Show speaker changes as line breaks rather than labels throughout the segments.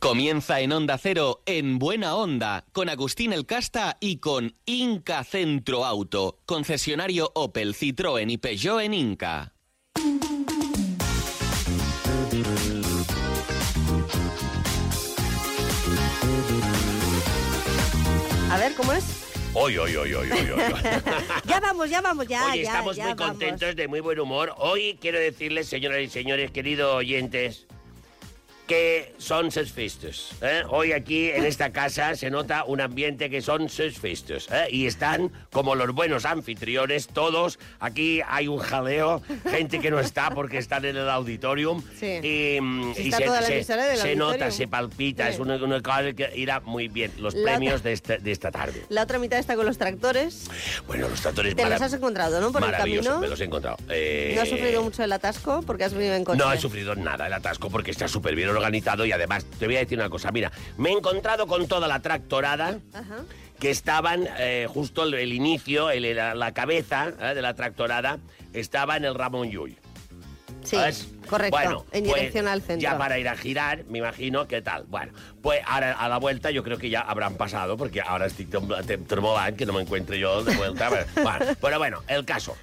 Comienza en Onda Cero, en Buena Onda, con Agustín El Casta y con Inca Centro Auto, concesionario Opel, Citroën y Peugeot en Inca.
A ver, ¿cómo es?
Hoy, hoy, hoy, hoy, hoy, hoy.
Ya vamos, ya vamos, ya.
Hoy
ya,
estamos
ya
muy
vamos.
contentos, de muy buen humor. Hoy quiero decirles, señoras y señores, queridos oyentes, que son sus festas. ¿eh? Hoy aquí en esta casa se nota un ambiente que son sus festas. ¿eh? Y están como los buenos anfitriones, todos. Aquí hay un jaleo, gente que no está porque están en el auditorium.
Sí.
Y, mm,
Si
y
está
se,
toda la
se-
emisora del
se nota,
auditorium.
se palpita.
Sí.
Es una, una cosa que irá muy bien. Los
La otra-
premios de, esta- de esta tarde.
La otra mitad está con los tractores.
Bueno, los tractores
Te los
marav-
has encontrado, ¿no? Por el
Maravilloso,
camino.
me los he encontrado. Eh,
No has sufrido mucho el atasco porque has venido en coche.
No he sufrido nada el atasco porque está súper bien organizado y además te voy a decir una cosa. Mira, me he encontrado con toda la tractorada
Ajá.
que estaban eh, justo el, el inicio, el- la, la cabeza eh, de la tractorada, estaba en el Ramón Llull.
Sí,
¿sabes?
correcto.
Bueno,
en
pues,
dirección al centro.
Ya para ir a girar, me imagino que tal. Bueno, pues ahora a la vuelta yo creo que ya habrán pasado, porque ahora estoy tem- tem- tremolando que no me encuentre yo de vuelta. bueno, bueno, pero bueno, el caso.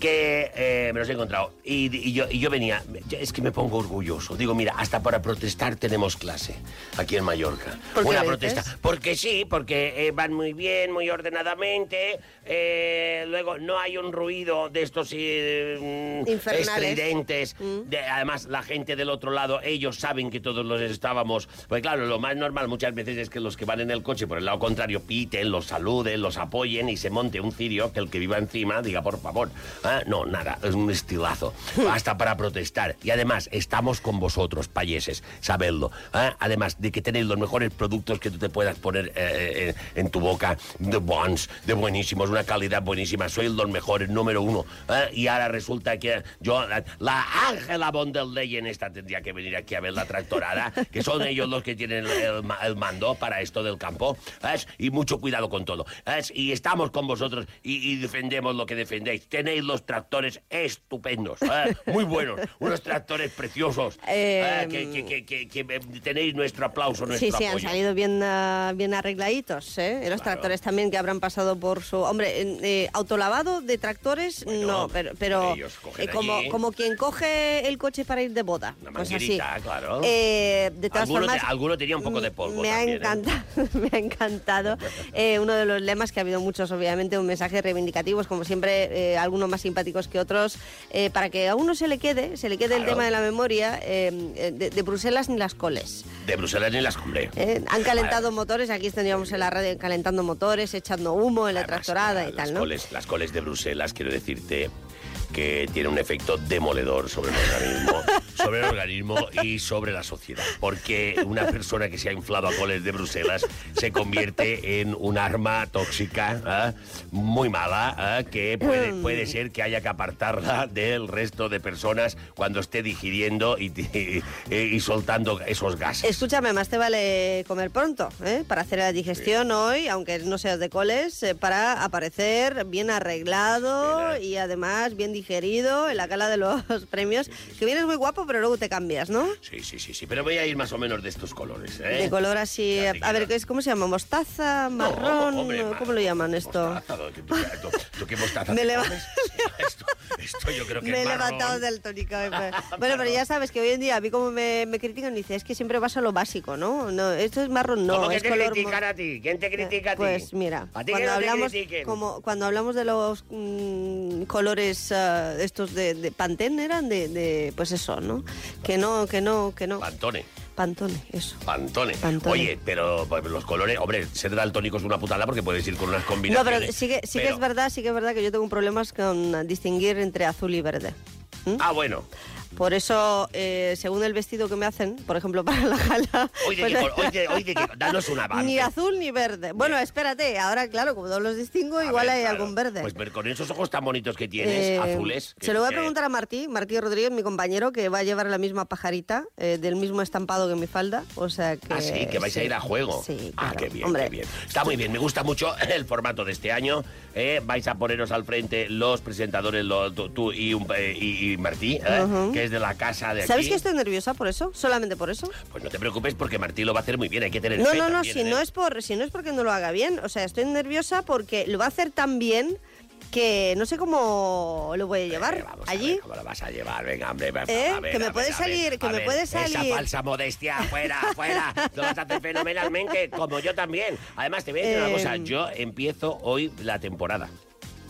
Que eh, me los he encontrado. Y, y yo, y yo venía. yo- Es que me pongo orgulloso. Digo, mira, hasta para protestar tenemos clase aquí en Mallorca.
¿Por qué
Una
lo
protesta.
dices?
Porque sí, porque eh, van muy bien, muy ordenadamente. eh, luego no hay un ruido de estos eh, mm,
Infernales.
estridentes.
Mm.
De- además, la gente del otro lado, ellos saben que todos los estábamos. Pues claro, lo más normal muchas veces es que los que van en el coche por el lado contrario piten, los saluden, los apoyen y se monte un cirio que el que viva encima diga, por favor. Ah, No, nada, es un estilazo. Hasta para protestar. Y además, estamos con vosotros, payeses, sabedlo. Ah, Además de que tenéis los mejores productos que tú te puedas poner eh, eh, en tu boca, de bons, de buenísimos, una calidad buenísima. Soy los mejores, número uno. ¿eh? Y ahora resulta que yo, la- la Ángela von der Leyen, esta tendría que venir aquí a ver la tractorada, que son ellos los que tienen el, el ma- el mando para esto del campo. ¿sabes? Y mucho cuidado con todo. ¿sabes? Y estamos con vosotros y, y defendemos lo que defendéis. Tenéis los tractores estupendos, ¿eh? muy buenos, unos tractores preciosos. ¿eh?
Eh,
que, que- que- que- que, eh, tenéis nuestro aplauso, nuestro
Sí, sí, han
apoyo.
salido bien, ah, bien arregladitos. ¿eh? Y Los
Claro.
tractores también que habrán pasado por su. Hombre, en- eh, autolavado de tractores,
Bueno,
no, pero, pero eh,
ellos cogen allí.
como, como quien coge el coche para ir de boda.
Una
pues así.
manguerita, claro.
Eh, de todas
Alguno te-
formas, mm,
alguno tenía un poco de polvo
Me
también, ¿eh?
ha encantado, me ha encantado eh, uno de los lemas que ha habido muchos, obviamente, un mensaje reivindicativos, como siempre, eh, algunos más simpáticos que otros, eh, para que a uno se le quede, se le quede el
Claro.
tema de la memoria eh, eh, de, de Bruselas ni las coles.
De Bruselas ni las compré.
Eh, han calentado
Además,
motores, aquí teníamos en la radio calentando motores, echando humo en la
además,
tractorada
la-
y tal,
las
¿no?
Coles, las coles de Bruselas, quiero decirte que tiene un efecto demoledor sobre el organismo, sobre el organismo y sobre la sociedad. Porque una persona que se ha inflado a coles de Bruselas se convierte en un arma tóxica ¿ah? muy mala ¿ah? que puede,
Mm.
puede ser que haya que apartarla del resto de personas cuando esté digiriendo y, y- y soltando esos gases.
Escúchame, más te vale comer pronto, ¿eh? para hacer la digestión hoy, aunque no seas de coles, eh, para aparecer bien arreglado
Espera.
y además bien digerido en la gala de los premios, que vienes muy guapo, pero luego te cambias, ¿no?
Sí, sí, sí, sí, pero voy a ir más o menos de estos colores, ¿eh?
De color así,
Ya
a,
te
a ver,
queda.
¿qué es, ¿cómo se llama? ¿Mostaza?
No,
¿Marrón?
hombre, mar-
¿Cómo lo llaman esto?
mostaza, ¿no? ¿Tú, tú- tú qué mostaza
Me
te
leva-
comes? esto, esto yo creo que
Me he
es marrón.
levantado del tónico. eh, pero- Bueno, pero ya sabes que hoy en día a mí como me, me critican, dice, es que siempre vas a lo básico, ¿no? no esto es marrón, no,
¿Cómo que
es
te
color... mo-
critican a ti? ¿Quién te critica a ti?
Pues mira,
a ti que
cuando
no te
hablamos
critiquen.
como cuando hablamos de los mm, colores ah, estos de, de Pantene eran de, de- pues eso, ¿no? Que no, que no, que no.
Pantone.
Pantone, eso.
Pantone.
Pantone.
Oye, pero pues, los colores, hombre, ser daltónico es una putada porque puedes ir con unas
No,
combinaciones.
pero sí que, sí que
pero-
es verdad, sí que es verdad que yo tengo problemas con distinguir entre azul y verde. ¿Mm?
Ah, bueno.
Por eso, eh, según el vestido que me hacen, por ejemplo, para la gala...
Hoy de
pues-
qué col- hoy de- hoy de qué- danos un avance.
Ni azul ni verde. Bueno, espérate, ahora claro, como no los distingo,
A
igual
ver,
hay
claro.
algún verde.
Pues ver, con esos ojos tan bonitos que tienes,
Eh,
azules. que-
Se lo voy a
que-
preguntar a Martí, Martí Rodríguez, mi compañero, que va a llevar la misma pajarita, eh, del mismo estampado que mi falda. O sea que.
Ah, sí, que vais a
sí.
ir a juego.
Sí,
Ah,
claro.
qué bien,
Hombre,
qué bien. Está muy bien, me gusta mucho el formato de este año. eh, vais a poneros al frente los presentadores, lo- tú, tú y, un- eh, y- y Martí, eh,
Ujú.
que que es de la casa de
¿Sabes
aquí.
que estoy nerviosa por eso? ¿Solamente por eso?
Pues no te preocupes porque Martí lo va a hacer muy bien, hay que tener
No,
fe
no, no,
también
si
en
no,
él.
es por, si no es porque no lo haga bien. O sea, estoy nerviosa porque lo va a hacer tan bien que no sé cómo lo voy a llevar
Eh, vamos a
allí.
ver ¿Cómo lo vas a llevar? Venga, hombre, va-
¿Eh?
a ver,
Que me
a ver,
puede
a ver,
salir, que
a
me
ver,
puede salir.
Esa falsa modestia, fuera, fuera. Lo vas a hacer fenomenalmente, como yo también. Además, te voy a decir una
Eh,
cosa, yo empiezo hoy la temporada.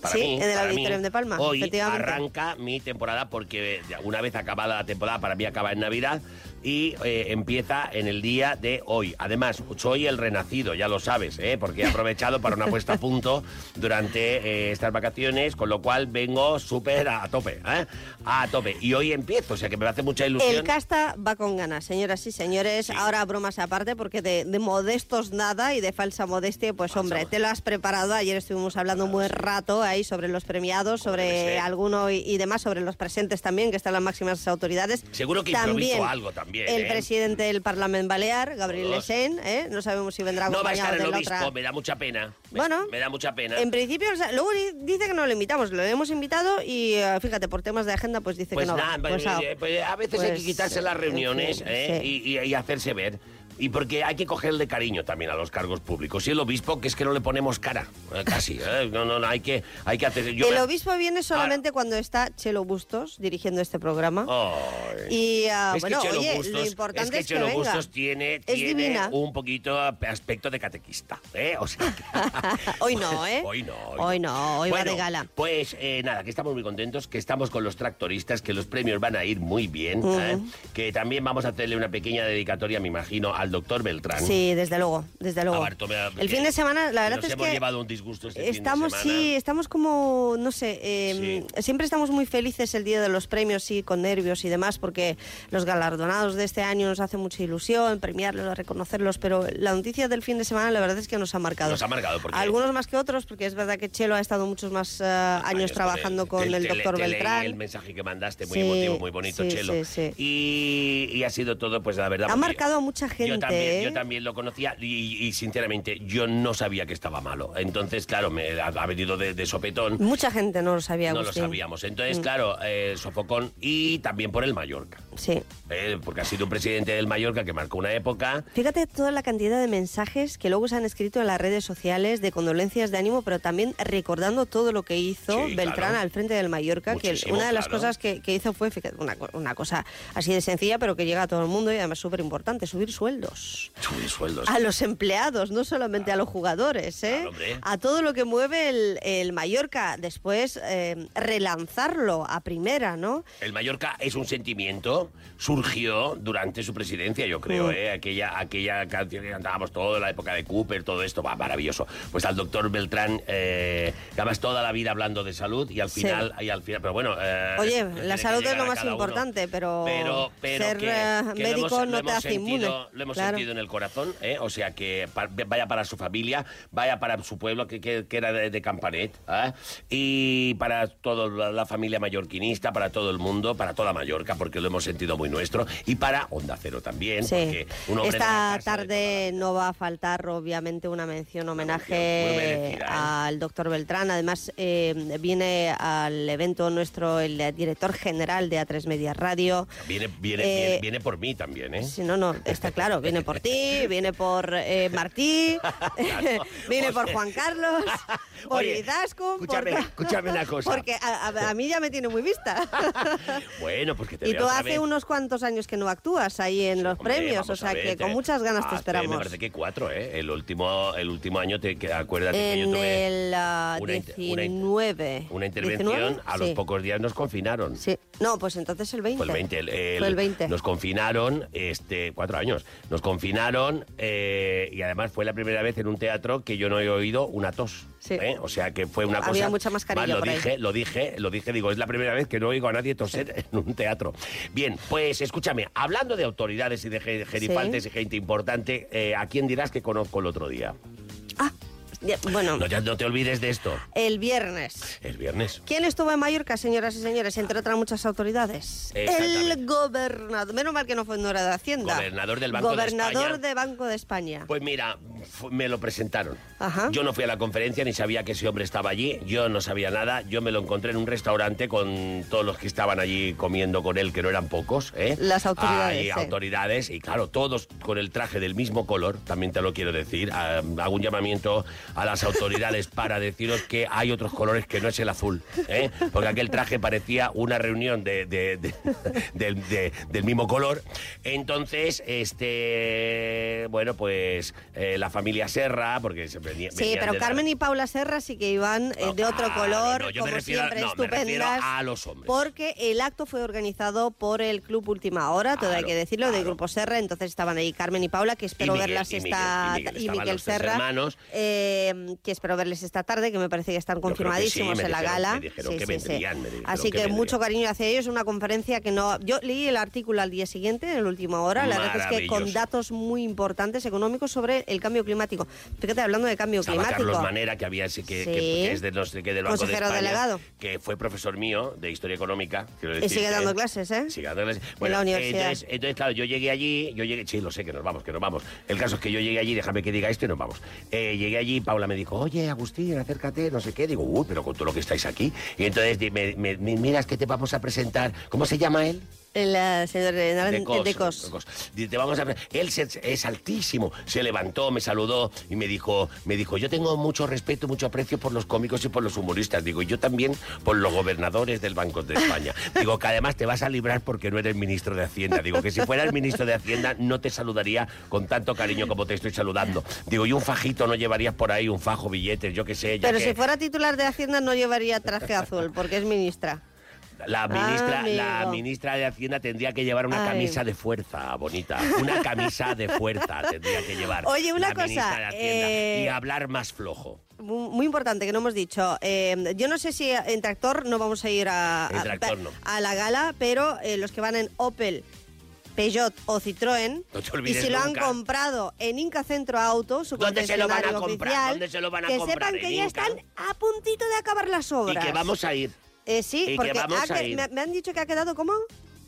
Para
Sí,
mí,
en el
para mí,
Auditorium de Palma,
Hoy
efectivamente.
arranca mi temporada porque una vez acabada la temporada, para mí acaba en Navidad y eh, empieza en el día de hoy. Además, soy el renacido, ya lo sabes, ¿eh? porque he aprovechado para una puesta a punto durante eh, estas vacaciones, con lo cual vengo súper a tope, ¿eh? a tope. Y hoy empiezo, o sea que me hace mucha ilusión.
El casta va con ganas, señoras y señores. Ahora bromas aparte, porque de, de modestos nada y de falsa modestia, pues hombre, te lo has preparado. Ayer estuvimos hablando un buen rato ahí sobre los premiados,
Ah, debe
sobre
ser.
alguno y, y demás, sobre los presentes también, que están las máximas autoridades.
Seguro que improviso algo también,
El
¿eh?
presidente del Parlamento Balear, Gabriel
Todos.
Lesen, ¿eh? no sabemos si vendrá
no va a
acompañado
estar el
de la
obispo,
otra.
me da mucha pena. Me-
Bueno,
me da mucha pena.
En principio, o sea, luego di- dice que no lo invitamos, lo hemos invitado y eh, fíjate, por temas de agenda, pues dice
Pues
que no. va.
nada, pues,
Pues, ah,
eh, pues, a veces hay
pues,
que quitarse
eh,
las
en
reuniones
fin,
¿eh?
sí.
y, y- y hacerse ver. Y porque hay que cogerle cariño también a los cargos públicos. Y el obispo, que es que no le ponemos cara, eh, casi. ¿eh? No, no, no, hay que, hay que hacer... yo
el
me-
obispo viene solamente cuando está Chelo Bustos dirigiendo este programa.
Ay.
Y ah,
Oh, Es que
bueno,
Chelo
oye,
Bustos-
lo importante es que,
es que Chelo
venga.
Bustos tiene,
es
tiene
divina.
un poquito aspecto de catequista. ¿eh? O sea que-
Hoy no, ¿eh?
Hoy no.
Hoy no, hoy va
Bueno,
de gala.
Pues eh, nada, que estamos muy contentos, que estamos con los tractoristas, que los premios van a ir muy bien, ¿eh? que también vamos a hacerle una pequeña dedicatoria, me imagino, al doctor Beltrán.
Sí, desde luego, desde
A
luego.
Bartomeu,
el
porque
fin de semana, la verdad
nos
es
hemos
que
llevado un disgusto este fin de
estamos,
semana.
sí, estamos como, no sé, eh, siempre estamos muy felices el día de los premios, sí, con nervios y demás, porque los galardonados de este año nos hace mucha ilusión premiarlos, reconocerlos, pero la noticia del fin de semana, la verdad es que nos ha marcado.
Nos ha marcado, porque-
Algunos más que otros, porque es verdad que Chelo ha estado muchos más eh, años
con
trabajando con el,
te- te-
doctor
te leí
Beltrán.
El mensaje que mandaste, muy
Sí,
emotivo, muy bonito,
sí,
Chelo.
sí, sí.
Y, y ha sido todo, pues la verdad.
Ha
porque
marcado a mucha gente,
Yo también,
¿eh?
yo también lo conocía y, y, sinceramente yo no sabía que estaba malo. Entonces, claro, me ha, ha venido de, de sopetón.
Mucha gente no lo sabía,
No lo
Agustín. Mm.
sabíamos. Entonces, claro, eh, sofocón y también por el Mallorca.
Sí.
eh, porque ha sido un presidente del Mallorca que marcó una época.
Fíjate toda la cantidad de mensajes que luego se han escrito en las redes sociales de condolencias de ánimo, pero también recordando todo lo que hizo
Sí,
Beltrán
claro.
al frente del Mallorca, que
Muchísimo,
una de las
claro.
cosas que, que hizo fue fíjate, una, co- una cosa así de sencilla, pero que llega a todo el mundo y además súper importante, subir sueldos.
Subir sueldos.
A los empleados, no solamente a los jugadores, ¿eh?
Claro, hombre.
a todo lo que mueve el, el Mallorca. Después eh, relanzarlo a primera, ¿no?
El Mallorca es un sentimiento, surgió durante su presidencia, yo
Mm.
creo, ¿eh? Aquella, aquella canción que cantábamos todo, la época de Cooper, todo esto, va, maravilloso. Pues al doctor Beltrán, eh, que además toda la vida hablando de salud y al
Sí.
final, y al final, pero bueno... eh,
Oye,
tiene
la
que
salud es
llegar
lo
a
más
cada uno.
importante, pero
Pero, pero
ser,
que-
eh,
que lo
médico
hemos-
no
lo
te
hemos
hace inmune.
sentido- Lo hemos
Claro.
sentido en el corazón, ¿eh? o sea que pa- vaya para su familia, vaya para su pueblo que, que- que era de, de Campanet, ¿eh? y para toda la, la familia mallorquinista, para todo el mundo, para toda Mallorca, porque lo hemos sentido muy nuestro, y para Onda Cero también,
Sí.
porque un hombre de
Esta
la casa, de
tarde no va a faltar, obviamente, una mención
mención muy
homenaje
merecida, ¿eh?
al doctor Beltrán. Además, eh, viene al evento nuestro el director general de A3 Media Radio.
toda la- viene, viene,
Eh,
viene, viene por mí también, ¿eh?
Sí, no, no, está claro. Viene por ti, viene por eh, Martí, viene por Juan Carlos, por
Oye,
Idasco.
escúchame, escúchame una cosa.
Porque a, a- a mí ya me tiene muy vista.
Bueno, pues que te
y
vea
tú
otra
hace
vez.
unos cuantos años que no actúas ahí en los
Hombre,
premios, o
vamos
sea
a ver,
que
te-
con muchas ganas te
hace, Me
esperamos.
parece que cuatro, ¿eh? El último, el último año, te que- acuérdate que yo
En
tuve...
el ah,
una inter- una inter-
19.
Una intervención,
¿19?
a los
Sí,
pocos días nos confinaron.
Sí. No, pues entonces el 20.
Fue el 20. el- el-
Fue el 20.
Nos confinaron, este, cuatro años. Nos confinaron eh, y además fue la primera vez en un teatro que yo no he oído una tos.
Sí.
¿eh? O sea que fue una
Había
cosa.
mucha mascarilla
Más, lo
por ahí.
dije, lo dije, lo dije, digo, es la primera vez que no oigo a nadie toser en un teatro. Bien, pues escúchame, hablando de autoridades y de ge- gerifaltes y gente importante, eh, ¿a quién dirás que conozco el otro día?
Ah, ya- bueno,
No, ya no te olvides de esto.
el viernes.
El viernes.
¿Quién estuvo en Mallorca, señoras y señores? Entre otras muchas autoridades.
Exactamente.
El gobernador. Menos mal que no fue no era de Hacienda.
Gobernador del Banco de
Gobernador
España.
de Banco de España.
Pues mira, fu- me lo presentaron.
Ajá.
Yo no fui a la conferencia ni sabía que ese hombre estaba allí. Yo no sabía nada. Yo me lo encontré en un restaurante con todos los que estaban allí comiendo con él, que no eran pocos. ¿eh?
Las autoridades,
Hay
sí.
autoridades y claro, todos con el traje del mismo color. También te lo quiero decir. Ah, Hago un llamamiento a las autoridades para deciros que hay otros colores que no es el azul. ¿eh? Porque aquel traje parecía una reunión de, de- de- del- de- del mismo color. Entonces, este, bueno, pues eh, la familia Serra, porque se venía-
Sí,
venían
pero
de la-
Carmen y Paula Serra sí que iban eh, de otro
claro,
color,
no, yo me
como
refiero a-
siempre,
no, me
estupendas.
refiero a los hombres.
Porque el acto fue organizado por el Club Última Hora, todo hay
Claro,
que decirlo, del
claro.
Grupo Serra. Entonces estaban ahí Carmen y Paula, que espero
Miguel,
verlas
y Miguel,
esta
y Miguel,
y
estaban
Miguel
los tres
Serra,
hermanos.
eh, que espero verles esta tarde, que me parece que están
creo que sí,
confirmadísimos
me
en la
dijeron-
gala.
me dijeron que vendrían, me dijeron
Así
que
que,
vendrían.
mucho cariño hacia ellos. Una conferencia que no. Yo leí el artículo al día siguiente, en la última hora. La verdad es que con
Maravilloso.
datos muy importantes económicos sobre el cambio climático. Fíjate, hablando de cambio
Estaba
climático.
Carlos Manera, que había ese que, que-
Sí.
que es de los que del Banco
Consejero
de España,
delegado.
que fue profesor mío de historia económica. quiero
Y
decir
sigue
que-
dando clases, ¿eh?
Sigue dando clases. Bueno,
la universidad.
Entonces, entonces, claro, yo llegué allí, yo llegué, sí, lo sé que nos vamos, que nos vamos. El caso es que yo llegué allí, déjame que diga esto y nos vamos. Eh, llegué allí, Paula me dijo, oye, Agustín, acércate, no sé qué. Digo, uy, pero con todo lo que estáis aquí. Y entonces di- me, me- me- miras que te vamos a presentar. ¿Cómo se llama él?
El eh, señor
Cos, de Cos. Dice, "Te vamos a pre-". Él se- es altísimo. Se levantó, me saludó y me dijo, me dijo, yo tengo mucho respeto, mucho aprecio por los cómicos y por los humoristas. Digo, y yo también por los gobernadores del Banco de España. Digo, que además te vas a librar porque no eres ministro de Hacienda. Digo, que si fueras ministro de Hacienda no te saludaría con tanto cariño como te estoy saludando. Digo, y un fajito no llevarías por ahí, un fajo, billetes, yo qué sé. ya
Pero
que-
si fuera titular de Hacienda no llevaría traje azul, porque es ministra.
La ministra, la
Ah, amigo.
ministra de Hacienda tendría que llevar una
Ay.
camisa de fuerza, bonita. Una camisa de fuerza tendría que llevar.
Oye, una
la ministra
cosa,
de Hacienda.
eh,
Y hablar más flojo.
Mu- Muy importante que no hemos dicho. Eh, yo no sé si en tractor no vamos a ir a,
En
a-
tractor no.
a la gala, pero eh, los que van en Opel, Peugeot o Citroën,
No te
y
olvides
si lo han
nunca.
comprado en Inca Centro Auto, su
¿Dónde se lo van a
concesionario
comprar?
oficial,
¿Dónde se lo van a
que
comprar?
sepan
¿En
que ya
Inca?
están a puntito de acabar las
Y
obras.
que vamos a ir.
Eh,
y
sí,
que
porque
vamos
ha
a
que-
ir.
me, me han dicho que ha quedado como...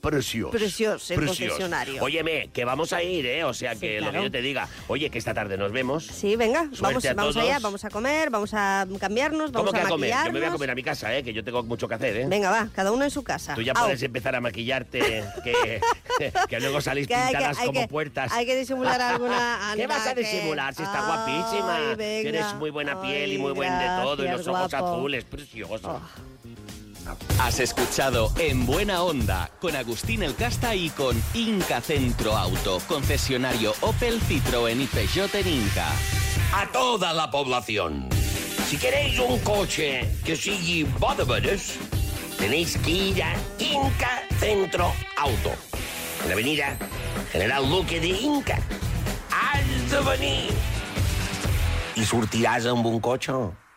Precioso.
Precioso, el concesionario.
Óyeme, que vamos a ir, ¿eh? O sea,
Sí,
que lo
claro.
que yo te diga. Oye, que esta tarde nos vemos.
Sí, venga,
Suerte
vamos,
a
vamos
todos.
allá, vamos a comer, vamos a cambiarnos,
¿Cómo
vamos
que
a
a comer?
maquillarnos.
Yo me voy a comer a mi casa, ¿eh? Que yo tengo mucho que hacer, ¿eh?
Venga, va, cada uno en su casa.
Tú ya
Au.
puedes empezar a maquillarte, que, que luego salís
Que hay que-
pintadas
hay
como
que-
puertas.
Hay que disimular alguna.
¿Qué
Ana,
vas a
que-
disimular? Si está
Ay,
guapísima.
venga.
Tienes muy buena
Ay,
piel y muy buen de todo. Y los
gracias,
ojos
guapo. Oh.
azules, precioso.
Has escuchado En Buena Onda con Agustín El Casta y con Inca Centro Auto, concesionario Opel, Citroën y Peugeot en Inca.
Oh.
A toda la población. Si queréis un coche que sigue Bodeberes, tenéis que ir a Inca Centro Auto. En la avenida General Luque de Inca. Has de venir. I sortiràs amb un cotxe